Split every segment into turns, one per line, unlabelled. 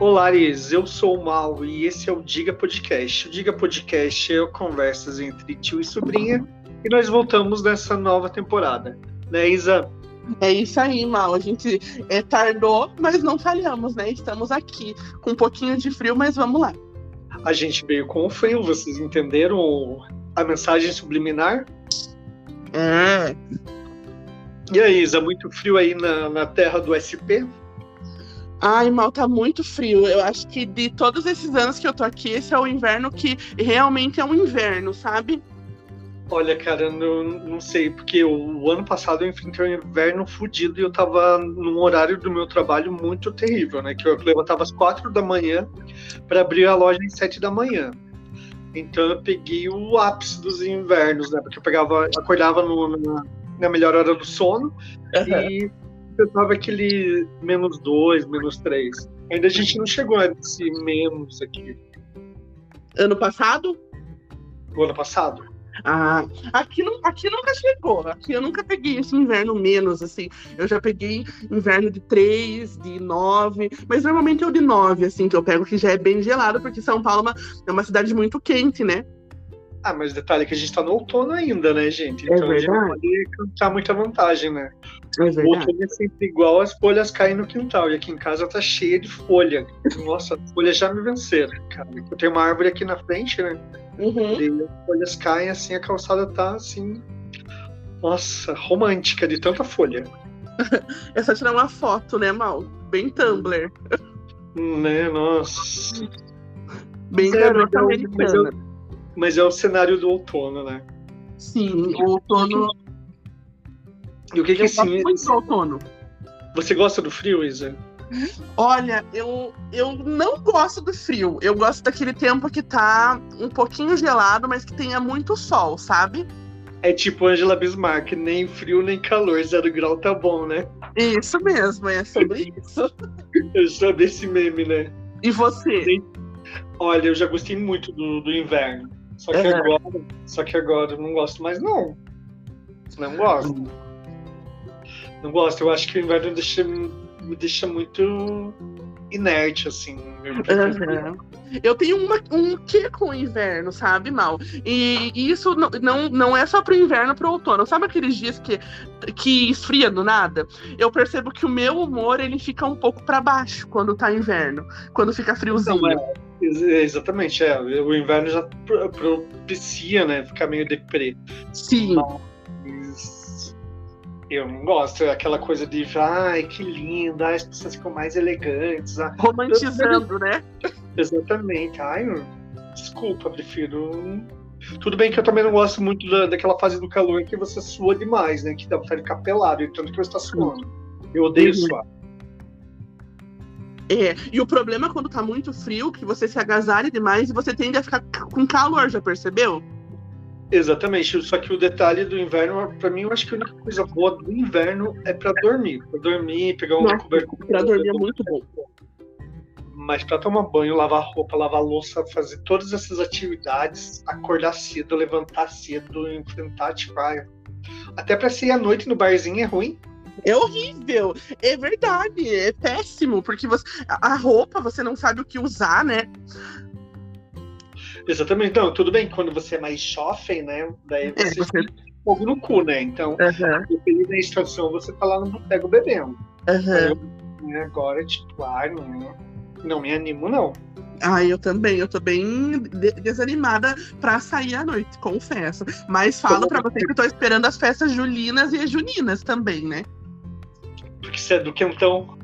Olá, Ares, eu sou o Mal e esse é o Diga Podcast. O Diga Podcast é conversas entre tio e sobrinha e nós voltamos nessa nova temporada. Né, Isa?
É isso aí, Mal. A gente é, tardou, mas não falhamos, né? Estamos aqui com um pouquinho de frio, mas vamos lá.
A gente veio com o frio, vocês entenderam a mensagem subliminar?
É.
E aí, Isa, muito frio aí na, na terra do SP?
Ai, mal, tá muito frio. Eu acho que de todos esses anos que eu tô aqui, esse é o inverno que realmente é um inverno, sabe?
Olha, cara, eu não sei, porque o ano passado eu enfrentei um inverno fodido e eu tava num horário do meu trabalho muito terrível, né? Que eu levantava às quatro da manhã para abrir a loja às sete da manhã. Então eu peguei o ápice dos invernos, né? Porque eu pegava, acordava no, na, na melhor hora do sono
Uhum.
e eu tava aquele menos dois, menos três. Ainda a gente não chegou nesse menos aqui
Ano passado?
do ano passado.
Ah, aqui, nu- aqui nunca chegou. Aqui eu nunca peguei esse inverno menos, assim. Eu já peguei inverno de 3, de 9, mas normalmente é o de 9, assim, que eu pego, que já é bem gelado, porque São Paulo é uma, é uma cidade muito quente, né?
Ah, mas o detalhe é que a gente tá no outono ainda, né, gente? Então a gente não
verdade.
pode cantar muita vantagem, né?
É
O outono é sempre igual, as folhas caem no quintal. E aqui em casa tá cheia de folha. Nossa, as folhas já me venceram, cara. Eu tenho uma árvore aqui na frente, né?
Uhum.
E as folhas caem assim, a calçada tá assim. Nossa, romântica de tanta folha.
É só tirar uma foto, né, Mal? Bem Tumblr.
Né, nossa.
Bem
Sério,
garota
eu- mas eu-
americana.
Mas é o cenário do outono, né?
Sim, o outono.
E o que que
Eu gosto
assim.
muito do outono.
Você gosta do frio, Isa?
Olha, eu, eu não gosto do frio. Eu gosto daquele tempo que tá um pouquinho gelado, mas que tenha muito sol, sabe?
É tipo Angela Bismarck, nem frio nem calor, zero grau tá bom, né?
Isso mesmo, é sobre isso.
Eu já vi esse meme, né?
E você?
Olha, eu já gostei muito do, do inverno. Só que,
Aham.
agora, só que agora eu não gosto mais, não. Não gosto. Não gosto. Eu acho que o inverno deixa- me deixa muito inerte, assim. Eu
Aham. Eu tenho uma- um quê com o inverno, sabe, Mal? E, e isso não, não, não é só pro inverno, pro outono. Sabe aqueles dias que, que esfria do nada? Eu percebo que o meu humor, ele fica um pouco pra baixo quando tá inverno. Quando fica friozinho.
Não, é, ex- exatamente, é. O inverno já pro- propicia, né? Ficar meio deprê.
Sim.
Mas eu não gosto. É aquela coisa de, ai, que linda, ai, as pessoas ficam mais elegantes. ah,
romantizando, né?
Exatamente. Ai, eu- desculpa, prefiro. um, Tudo bem que eu também não gosto muito da, daquela fase do calor que você sua demais, né? Que dá vontade de ficar pelado, e tanto que você tá suando. Eu odeio
Uhum.
suar.
É, e o problema é quando tá muito frio, que você se agasalha demais e você tende a ficar c- com calor, já percebeu?
Exatamente. Só que o detalhe do inverno, pra mim, eu acho que a única coisa boa do inverno é pra dormir. Pra dormir, pegar um
Nossa,
cobertor.
Pra dormir é muito bom.
Mas pra tomar banho, lavar roupa, lavar louça, fazer todas essas atividades, acordar cedo, levantar cedo, enfrentar, tipo, ai, até pra sair à noite no barzinho é ruim.
É horrível, é verdade, é péssimo, porque você, a a roupa você não sabe o que usar, né?
Exatamente. Então, tudo bem, quando você é mais jovem, né? Daí
É,
você
você-
tem fogo no cu, né? Então,
Aham,
dependendo da estação, você tá lá no boteco bebendo.
aham.
Né, Agora, tipo, ai, não, não me animo, não.
Ai, eu também, eu tô bem de- desanimada pra sair à noite, confesso. Mas falo pra você que eu tô esperando as festas julinas e juninas também, né?
Porque você é do quentão.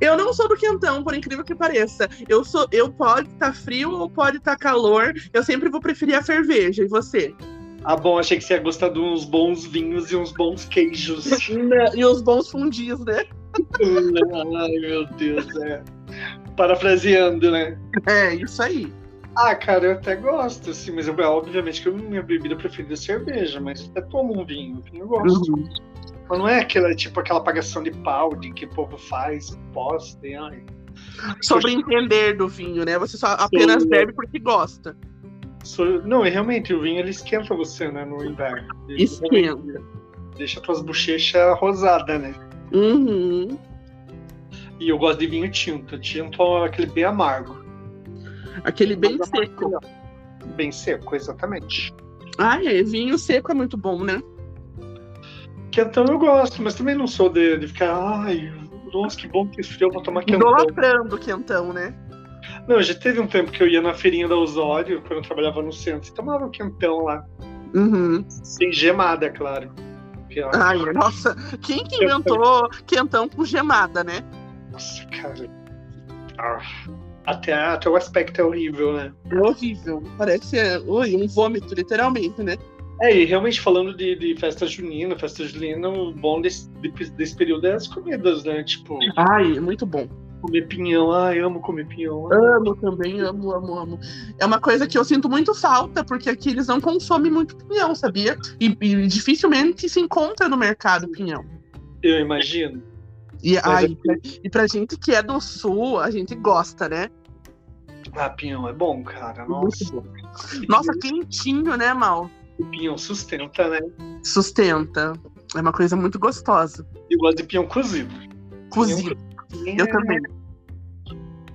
Eu não sou do quentão, por incrível que pareça. Eu sou, eu pode estar frio ou pode estar calor. Eu sempre vou preferir a cerveja. E você?
Ah, bom, achei que você ia gostar de uns bons vinhos e uns bons queijos.
E os bons fundis, né?
ai, meu Deus, é. Parafraseando, né?
É isso aí.
Ah, cara, eu até gosto, assim, mas eu, obviamente que a minha bebida preferida é cerveja, mas até tomo um vinho, vinho eu gosto.
Uhum.
Mas não é aquela, tipo, aquela apagação de pau de que o povo faz, posta, e, ai,
Sobre entender do vinho, né? Você só apenas
Sim.
bebe porque gosta.
sou- Não, e realmente, o vinho ele esquenta você, né, no inverno. Ele
Esquenta.
Deixa tuas bochechas rosadas, né?
Uhum.
E E eu gosto de vinho tinto. Tinto é aquele bem amargo.
Aquele bem
Mas é
seco.
Bem seco, exatamente.
Ai, é, vinho seco é muito bom, né?
Quentão então eu gosto, mas também não sou de, de ficar, ai, nossa, que bom que frio, eu vou tomar quentão.
Idolatrando o quentão, né?
Não, já teve um tempo que eu ia na feirinha da Osório, quando eu trabalhava no centro, e tomava um quentão lá,
Uhum.
sem gemada, é claro. Porque, ah, ó,
Ai, nossa, quem que inventou quentão com gemada, né?
Nossa, cara. Ah, Até, até o aspecto é horrível, né?
É horrível. Parece é, ui, um vômito, literalmente, né?
É, e realmente falando de, de festa junina, festa julina, o bom desse, de- desse período é as comidas, né? Tipo,
Ai, é muito bom.
comer pinhão, ai, amo comer pinhão.
Amo também, amo, amo, amo. É uma coisa que eu sinto muito falta, porque aqui eles não consomem muito pinhão, sabia? E, e dificilmente se encontra no mercado pinhão.
Eu imagino.
E,
Mas
ai, e pra gente é que é do sul, a gente gosta, né?
Ah, pinhão é bom, cara.
Muito
Nossa,
bom. Nossa, quentinho, né, Mal?
o pinhão sustenta, né?
Sustenta. É uma coisa muito gostosa.
Eu gosto de pinhão cozido.
Cozido, eu também.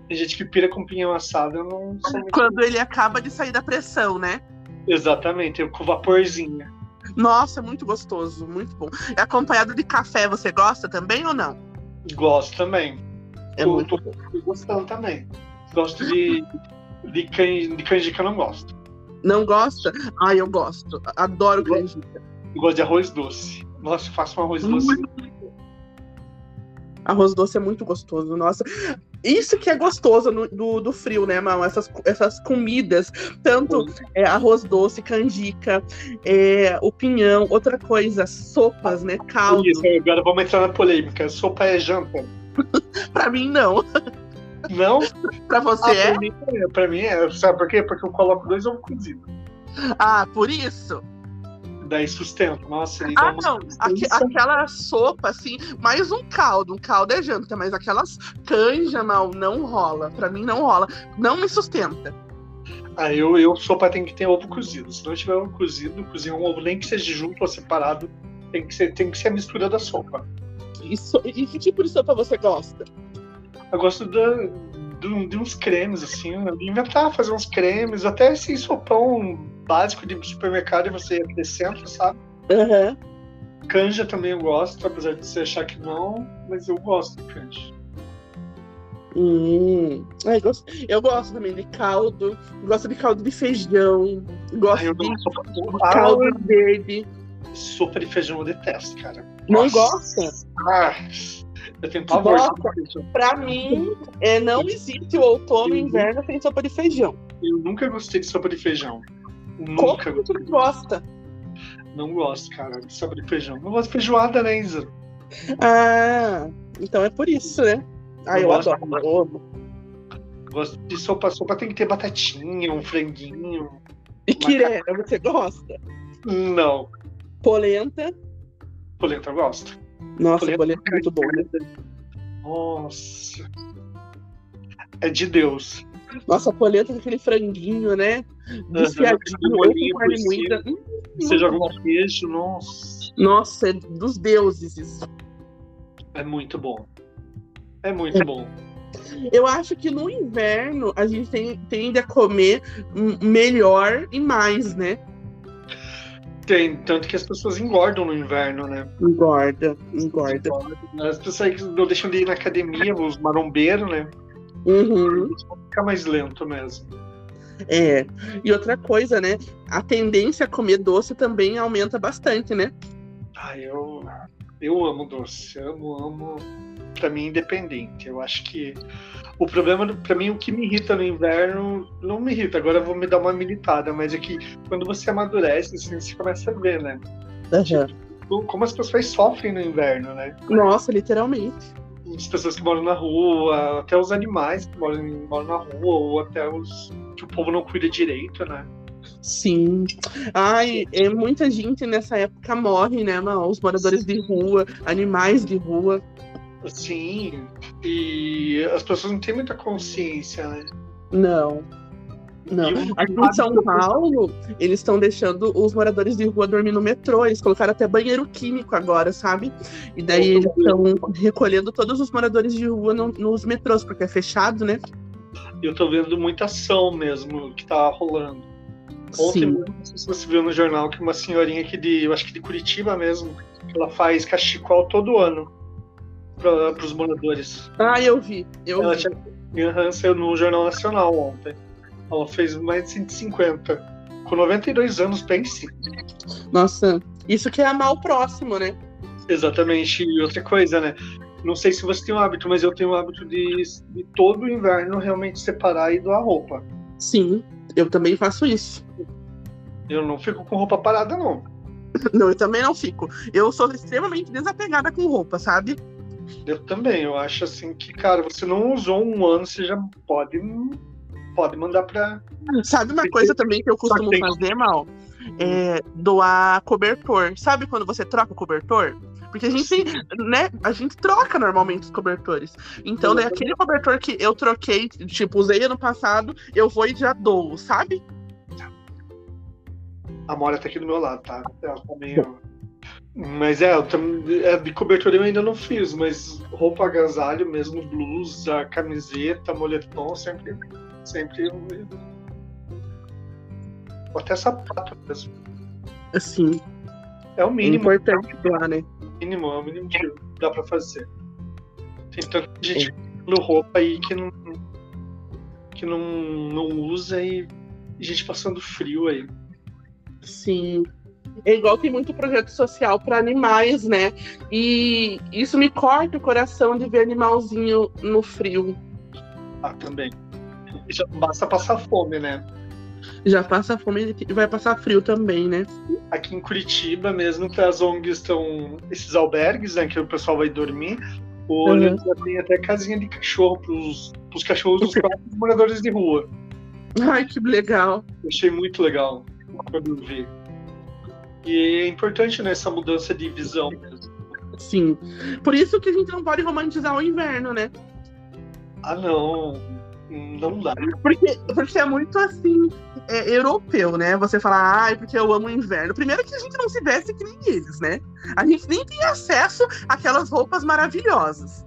Tem gente que pira com pinhão assado, eu não
Ah,
sou muito.
Quando ele acaba de sair da pressão, né?
Exatamente, eu com vaporzinho.
Nossa, é muito gostoso, muito bom. E acompanhado de café, você gosta também ou não?
Gosto também.
É
Tô-
muito
tô- tô gostando também. Gosto de, de, can, de canjica, eu não gosto.
Não gosta? Ai, eu gosto. Adoro canjica.
Eu gosto de arroz doce. Nossa, eu faço um arroz
Hum.
doce.
Arroz doce é muito gostoso, nossa. Isso que é gostoso no- do, do frio, né, Mal? Essas, essas comidas, tanto é, arroz doce, canjica, é, o pinhão, outra coisa, sopas, né, caldo.
Isso, agora vamos entrar na polêmica. Sopa é janta.
Pra mim, não.
Não?
Pra
Ah,
você é?
pra, mim, é, pra mim é. Sabe por quê? Porque eu coloco dois ovos cozidos.
Ah, por isso?
Daí sustento. Nossa, então ele dá
Ah,
uma
não. Aque-
sustância.
aquela sopa, assim, mais um caldo. Um caldo é janta, mas aquelas canja, mal, não rola. Pra mim, não rola. Não me sustenta.
Ah, eu, eu sopa tem que ter ovo cozido. Se não tiver ovo cozido, cozinhar um ovo, nem que seja junto ou separado, tem que ser, tem que ser a mistura da sopa.
E, so- e que tipo de sopa você gosta?
Eu gosto da, de, de uns cremes, assim, né? De inventar, fazer uns cremes, até esse sopão básico de supermercado e você acrescenta, sabe?
Aham.
Canja também eu gosto, apesar de você achar que não, mas eu gosto de canja.
Hum. Ai, gosto- Eu gosto também de caldo. Gosto de caldo de feijão. Gosto
Ah, eu
de
não sopa,
caldo
ah,
verde.
sopa de feijão eu detesto, cara.
Não
Nossa.
gosta?
Ah, eu tenho pavor. de sopa de feijão.
Pra mim, é, não existe o outono e o inverno sem sopa de feijão.
Eu nunca gostei de sopa de feijão.
Como
Nunca
que
gostei.
tu gosta?
Não gosto, cara, de sopa de feijão. Não gosto de feijoada, né, Isa?
Ah, então é por isso, né? Ai,
Eu
eu
gosto.
adoro. Eu amo.
Gosto de sopa. Sopa tem que ter batatinha, um franguinho.
E quiré, você gosta?
Não.
Polenta.
Polenta eu gosto.
Nossa,
Polenta
polenta, é muito bom, né?
Nossa. É de Deus.
Nossa, polenta com aquele franguinho, né? Desfiadinho,
Uhum,
ou
molhinho
com carne
por
moída. Hum,
Você joga um queijo, nossa.
Nossa, é dos deuses isso.
É muito bom. É muito bom.
Eu acho que no inverno a gente tem- tende a comer hum, melhor e mais, né?
Tem, tanto que as pessoas engordam no inverno, né?
Engorda, engorda.
As pessoas que não deixam de ir na academia, os marombeiros, né?
Uhum.
Fica mais lento mesmo.
É. E outra coisa, né? A tendência a comer doce também aumenta bastante, né?
Ah, eu, eu amo doce, amo, amo. Pra mim, independente. Eu acho que o problema, do- pra mim, o que me irrita no inverno, não me irrita. Agora eu vou me dar uma militada, mas é que quando você amadurece, assim, você começa a ver, né? Tipo, Como as pessoas sofrem no inverno, né?
Nossa, literalmente.
As pessoas que moram na rua, até os animais que moram, moram na rua, ou até os que o povo não cuida direito, né?
Sim. Ai, é, muita gente nessa época morre, né, Mal? Os moradores de rua, animais de rua.
Assim, Sim, e as pessoas não têm muita consciência, né?
Não. Não.
E o-
Aqui em São Paulo, eles estão deixando os moradores de rua dormir no metrô. Eles colocaram até banheiro químico agora, sabe? E daí eles estão recolhendo todos os moradores de rua no- nos metrôs, porque é fechado, né?
Eu tô vendo muita ação mesmo que tá rolando. Ontem,
Sim.
mesmo, não sei se você viu no jornal que uma senhorinha aqui de, eu acho que de Curitiba mesmo, que ela faz cachecol todo ano para os moradores.
Ah, eu vi. Eu
Ela
vi.
tinha Aham, saiu no Jornal Nacional ontem. Ela fez mais de 150. Com 92 anos, pense.
Nossa, isso que é amar o próximo, né?
Exatamente. E outra coisa, né? Não sei se você tem o hábito, mas eu tenho o hábito de, de todo inverno realmente separar e doar roupa.
Sim, eu também faço isso.
Eu não fico com roupa parada, não.
Não, eu também não fico. Eu sou extremamente desapegada com roupa, sabe?
Eu também. Eu acho assim que, cara, você não usou um ano, você já pode, pode mandar pra.
Sabe uma coisa também que eu costumo
tem-
fazer, Mal? É doar cobertor. Sabe quando você troca o cobertor? Porque a gente, né, a gente troca normalmente os cobertores. Então, né, aquele cobertor que eu troquei, tipo, usei ano passado, eu vou e já dou, sabe?
A Mora tá aqui do meu lado, tá? Ela tá meio. Mas é, eu tam- é, de cobertura eu ainda não fiz, mas roupa agasalho mesmo, blusa, camiseta, moletom, sempre. Sempre. Até sapato mesmo.
Assim,
É o
é
mínimo,
importante doar, né?
mínimo, é o mínimo que dá pra fazer. Tem tanta gente comprando roupa aí que não. que não, não usa e gente passando frio aí.
Sim. É igual tem muito projeto social para animais, né? E isso me corta o coração de ver animalzinho no frio.
Ah, também. Já basta passar fome, né?
Já passa fome e vai passar frio também, né?
Aqui em Curitiba mesmo, que as ONGs estão. Esses albergues, né? Que o pessoal vai dormir. Ou
Uhum.
a gente já tem até casinha de cachorro pros, pros cachorros dos próprios moradores de rua.
Ai, que legal.
Eu achei muito legal quando eu vi. E é importante né, essa mudança de visão mesmo.
Sim. Por isso que a gente não pode romantizar o inverno, né?
Ah, não. Não dá.
Porque, porque é muito assim, é, europeu, né? Você falar, ai, porque eu amo o inverno. Primeiro que a gente não se veste que nem eles, né? A gente nem tem acesso àquelas roupas maravilhosas.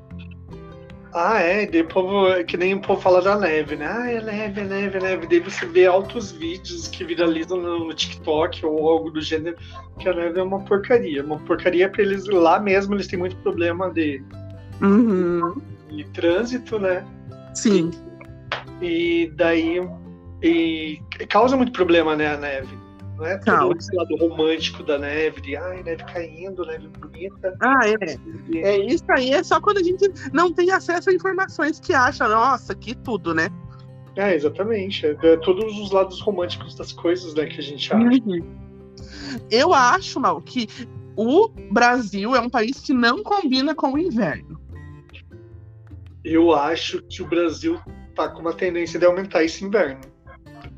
Ah, é, daí o povo, é que nem o povo fala da neve, né? Ah, é neve, é neve, é neve. Daí você vê altos vídeos que viralizam no, no TikTok ou algo do gênero, que a neve é uma porcaria. Uma porcaria pra eles lá mesmo, eles têm muito problema de,
Uhum.
de trânsito, né?
Sim.
E daí e causa muito problema, né, a neve. Não é todo
Causa.
esse lado romântico da neve, de ai, neve caindo, neve bonita.
Ah, é.
E-
É isso aí, é só quando a gente não tem acesso a informações que acha, nossa, que tudo, né?
É, exatamente. É, é todos os lados românticos das coisas, né, que a gente
Uhum.
acha.
Eu acho, Mal, que o Brasil é um país que não combina com o inverno.
Eu acho que o Brasil tá com uma tendência de aumentar esse inverno.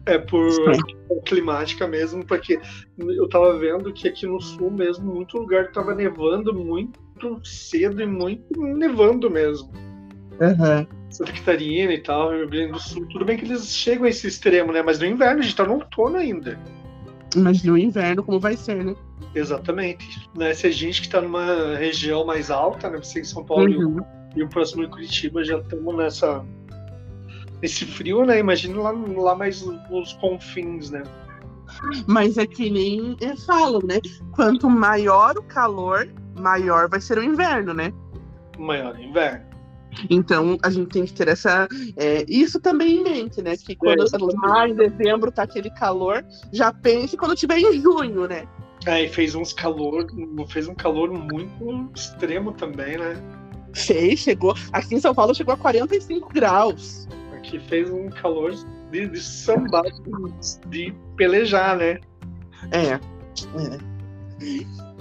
É por
Sim.
questão climática mesmo, porque eu tava vendo que aqui no sul mesmo, muito lugar tava nevando muito cedo e muito nevando mesmo. Santa Catarina e tal, Rio Grande do Sul. Tudo bem que eles chegam a esse extremo, né? Mas no inverno, a gente tá no outono ainda.
Imagina o inverno como vai ser, né?
Exatamente. Né? Se a gente que tá numa região mais alta, né? Você em São Paulo e o
Uhum.
E o próximo em Curitiba já estamos nessa. Esse frio, né? Imagina lá, lá mais nos confins, né?
Mas é que nem eu falo, né? Quanto maior o calor, maior vai ser o inverno, né?
Maior inverno.
Então a gente tem que ter essa. é, isso também em mente, né? Que quando
exatamente.
lá em dezembro tá aquele calor, já pense quando tiver em junho, né?
Aí fez uns calor, fez um calor muito extremo também, né?
Fez, chegou. Aqui em São Paulo chegou a 45 graus.
Aqui fez um calor de, de sambar, de pelejar, né?
É. é.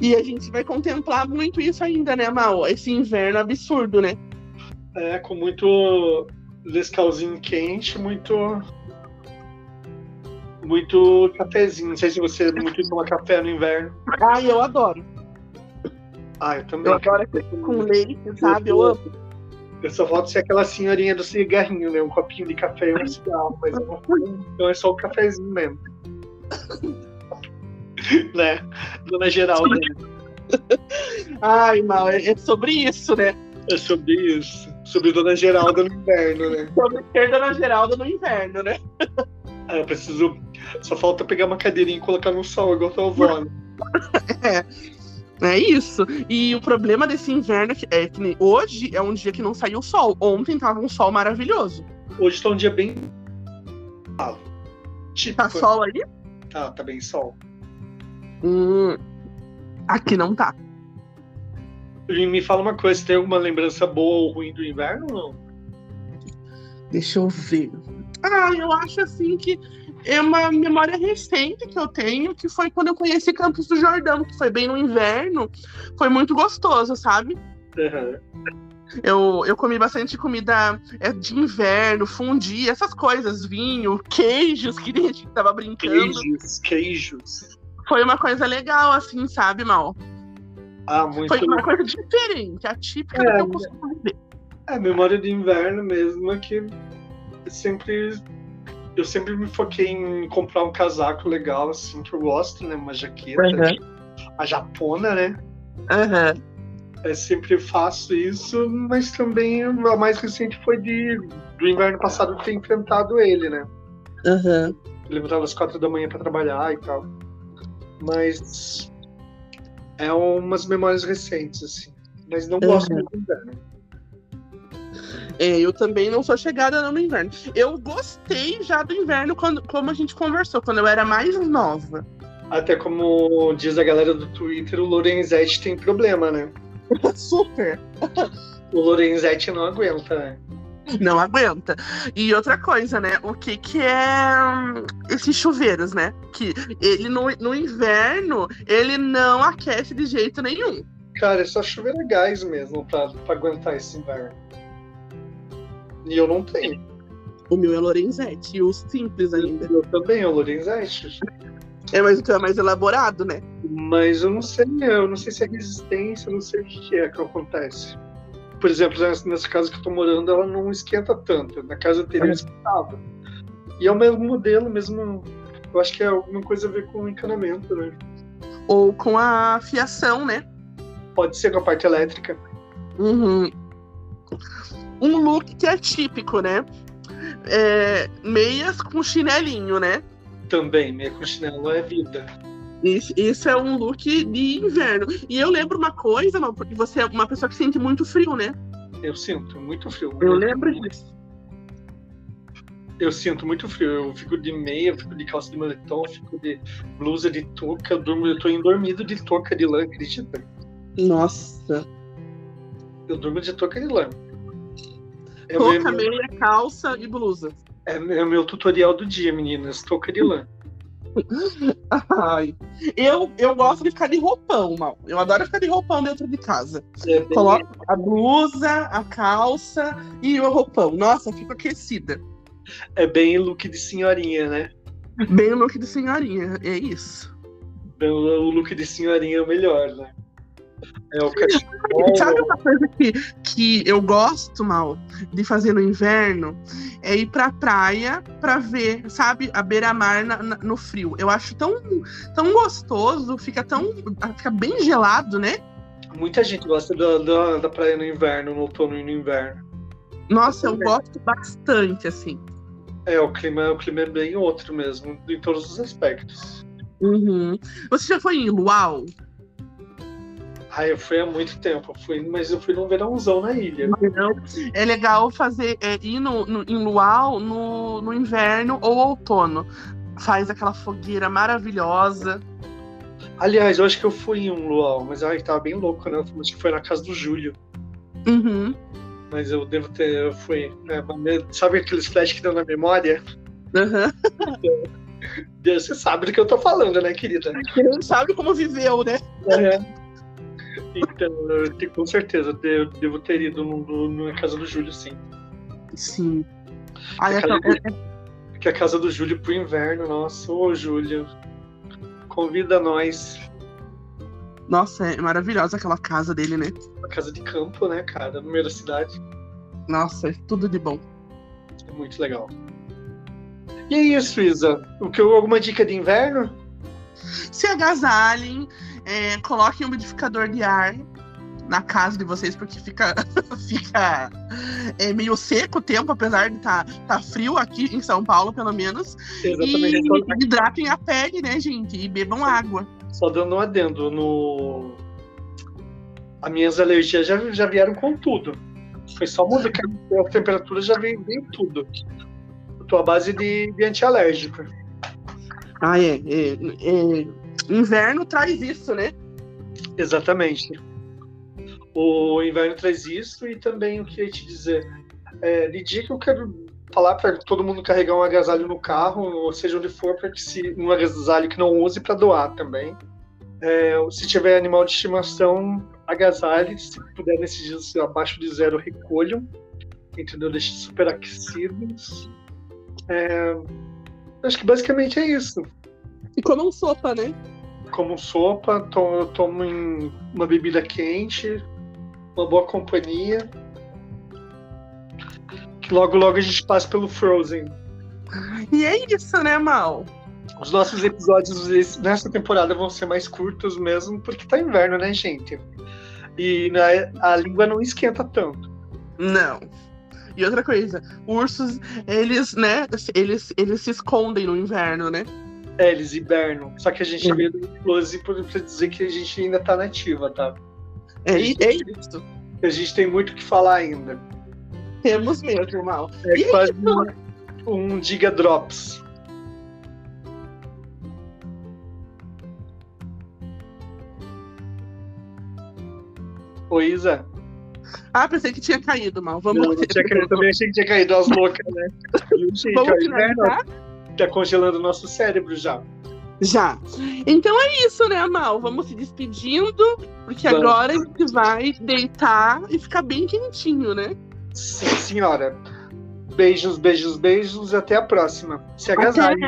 E a gente vai contemplar muito isso ainda, né, Mal? Esse inverno absurdo, né?
É, com muito descalzinho quente, muito. Muito cafezinho. Não sei se você é muito toma café no inverno.
Ah, eu adoro.
Ah, eu também.
Eu adoro aquele com leite, sabe? Eu amo.
Eu só volto ser aquela senhorinha do cigarrinho, né? Um copinho de café e um cigarro, mas eu não fui. Então é só o cafezinho mesmo. né? Dona Geralda.
Ai, mal, é é sobre isso, né?
É sobre isso. Sobre Dona Geralda no inverno, né?
Sobre ser Dona Geralda no inverno, né?
Ah, eu preciso. Só falta pegar uma cadeirinha e colocar no sol, igual tua avó. né?
É isso. E o problema desse inverno é que, é que nem- hoje é um dia que não saiu sol. Ontem tava um sol maravilhoso.
Hoje tá um dia bem. Ah, tipo,
Tá sol aí?
tá, tá bem sol.
Hum, aqui não tá.
E me fala uma coisa, tem alguma lembrança boa ou ruim do inverno ou não?
Deixa eu ver. Ah, eu acho assim que é uma memória recente que eu tenho, que foi quando eu conheci Campos do Jordão, que foi bem no inverno. Foi muito gostoso, sabe?
Aham.
Eu, eu comi bastante comida é, de inverno, fundi, essas coisas, vinho, queijos que a gente tava brincando.
Queijos, queijos.
Foi uma coisa legal, assim, sabe, Mal?
Ah, muito.
Foi uma coisa diferente, atípica do
É,
que eu costumo viver.
A memória de inverno mesmo é que sempre eu sempre me foquei em comprar um casaco legal assim que eu gosto, né, uma jaqueta, a japona, né?
Aham.
Eu sempre faço isso, mas também a mais recente foi de do inverno passado ter enfrentado ele, né?
Aham.
Levantava às quatro da manhã pra trabalhar e tal. Mas é umas memórias recentes assim. Mas não gosto
Uhum.
muito do inverno.
É, eu também não sou chegada não no inverno. Eu gostei já do inverno quando, como a gente conversou, quando eu era mais nova.
Até como diz a galera do Twitter, o Lorenzetti tem problema, né?
Super.
O Lorenzetti não aguenta, né?
Não aguenta. E outra coisa, né? O que que é hum, esses chuveiros, né? Que ele no, no inverno ele não aquece de jeito nenhum.
Cara, é só chover a gás mesmo pra, pra aguentar esse inverno. E eu não tenho.
O meu é Lorenzetti, e o simples ainda.
Eu também, é o Lorenzetti.
É, mas o teu é mais elaborado, né?
Mas eu não sei, eu não sei se é resistência, eu não sei o que que é que acontece. Por exemplo, nessa- nessa casa que eu tô morando, ela não esquenta tanto. Na casa anterior esquentava. E é o mesmo modelo, mesmo. Eu acho que é alguma coisa a ver com o encanamento, né?
Ou com a fiação, né?
Pode ser com a parte elétrica.
Uhum. Um look que é típico, né? É, meias com chinelinho, né?
Também, meia com chinelo é vida.
Isso, isso é um look de inverno. E eu lembro uma coisa, Mal, porque você é uma pessoa que sente muito frio, né?
Eu sinto muito frio.
Eu lembro disso.
Eu sinto muito frio. Eu fico de meia, eu fico de calça de moletom, eu fico de blusa de touca. Eu, durmo, eu tô endormido de touca de lã, acredita?
Nossa.
Eu durmo de touca de lã. É o
Pouca
meu,
meia, calça e blusa.
é meu- é o meu tutorial do dia, meninas. Touca de lã.
Ai. Eu, eu gosto de ficar de roupão, Mal. Eu adoro ficar de roupão dentro de casa.
É bem-
Coloco a blusa, a calça e o roupão. Nossa, eu fico aquecida.
é bem look de senhorinha, né?
Bem o look de senhorinha, é isso.
O Então, o look de senhorinha é o melhor, né? É o
E Sabe
cachorro.
uma coisa que, que eu gosto, Mal, de fazer no inverno? É ir pra praia pra ver, sabe, a beira-mar na- na- no frio. Eu acho tão, tão gostoso, fica tão. fica bem gelado, né?
Muita gente gosta da, da, da praia no inverno, no outono e no inverno.
Nossa, eu
Sim.
gosto bastante, assim.
É, o clima, o clima é bem outro mesmo, em todos os aspectos.
Uhum. Você já foi em Luau?
Ah, eu fui há muito tempo, eu fui, mas eu fui num verãozão na ilha.
É legal fazer é, ir no, no- em Luau no, no inverno ou outono. Faz aquela fogueira maravilhosa.
Aliás, eu acho que eu fui em um luau, mas ai, tava bem louco, né? Eu Acho que foi na casa do Júlio.
Uhum.
Mas eu devo ter, eu fui. né, mas- sabe aqueles flash que dão na memória?
Aham.
Deus, Você sabe do que eu tô falando, né, querida?
Ele não sabe como viveu, né?
É. Então, eu te- com certeza, eu de- eu devo ter ido no- no- na casa do Júlio, sim.
Sim. Aí,
Aquela-
então, é- é-
Porque a casa do Júlio pro inverno, nossa, ô Júlio, convida nós.
nossa, é maravilhosa aquela casa dele, né?
Uma casa de campo, né, cara? No meio da cidade.
Nossa, é tudo de bom.
É muito legal. E é isso, Isa. O que, alguma dica de inverno?
Se agasalhem, é, coloquem um modificador de ar na casa de vocês, porque fica, fica é, meio seco o tempo, apesar de estar tá, tá frio aqui em São Paulo, pelo menos.
Exatamente.
E hidratem a pele, né, gente? E bebam água.
Só dando um adendo, no... as minhas alergias já, já vieram com tudo. Foi só mudar a temperatura, já veio, veio tudo. Eu tô à base de, de antialérgico.
Ah, é, é, é. Inverno traz isso, né?
Exatamente. O inverno traz isso e também o que eu ia te dizer. É, de dia que eu quero falar para todo mundo carregar um agasalho no carro, ou seja onde for, para que se um agasalho que não use para doar também. É, se tiver animal de estimação, agasalhe, se puder nesses dias abaixo de zero, recolham, entendeu? Deixe superaquecidos. É, acho que basicamente é isso.
E comam sopa, né?
Como sopa, tomo, eu tomo em uma bebida quente, uma boa companhia. Que logo, logo a gente passa pelo Frozen.
E é isso, né, Mal?
Os nossos episódios desse- nessa temporada vão ser mais curtos mesmo, porque tá inverno, né, gente? E né, a língua não esquenta tanto.
Não. E outra coisa, ursos, eles, né, eles, eles se escondem no inverno, né?
É, eles hibernam. Só que a gente tá
Uhum.
veio do close pra pra dizer que a gente ainda tá nativa, tá?
É, é isso.
A gente tem muito o que falar ainda.
Temos mesmo, Mal.
É
E
quase
isso?
um, um Diga Drops. Oi, Isa.
Ah, pensei que tinha caído, Mal. Vamos,
Não, não tinha caído, também achei que tinha caído as loucas, né? Viu, gente,
vamos
Ó, inverno
finalizar?
tá congelando o nosso cérebro já.
Já. Então é isso, né, Mal? Vamos se despedindo, porque
Vamos.
agora a gente vai deitar e ficar bem quentinho, né?
Sim, senhora. Beijos, beijos, beijos. Até a próxima. Se agasalhe.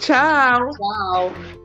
Tchau!
Tchau.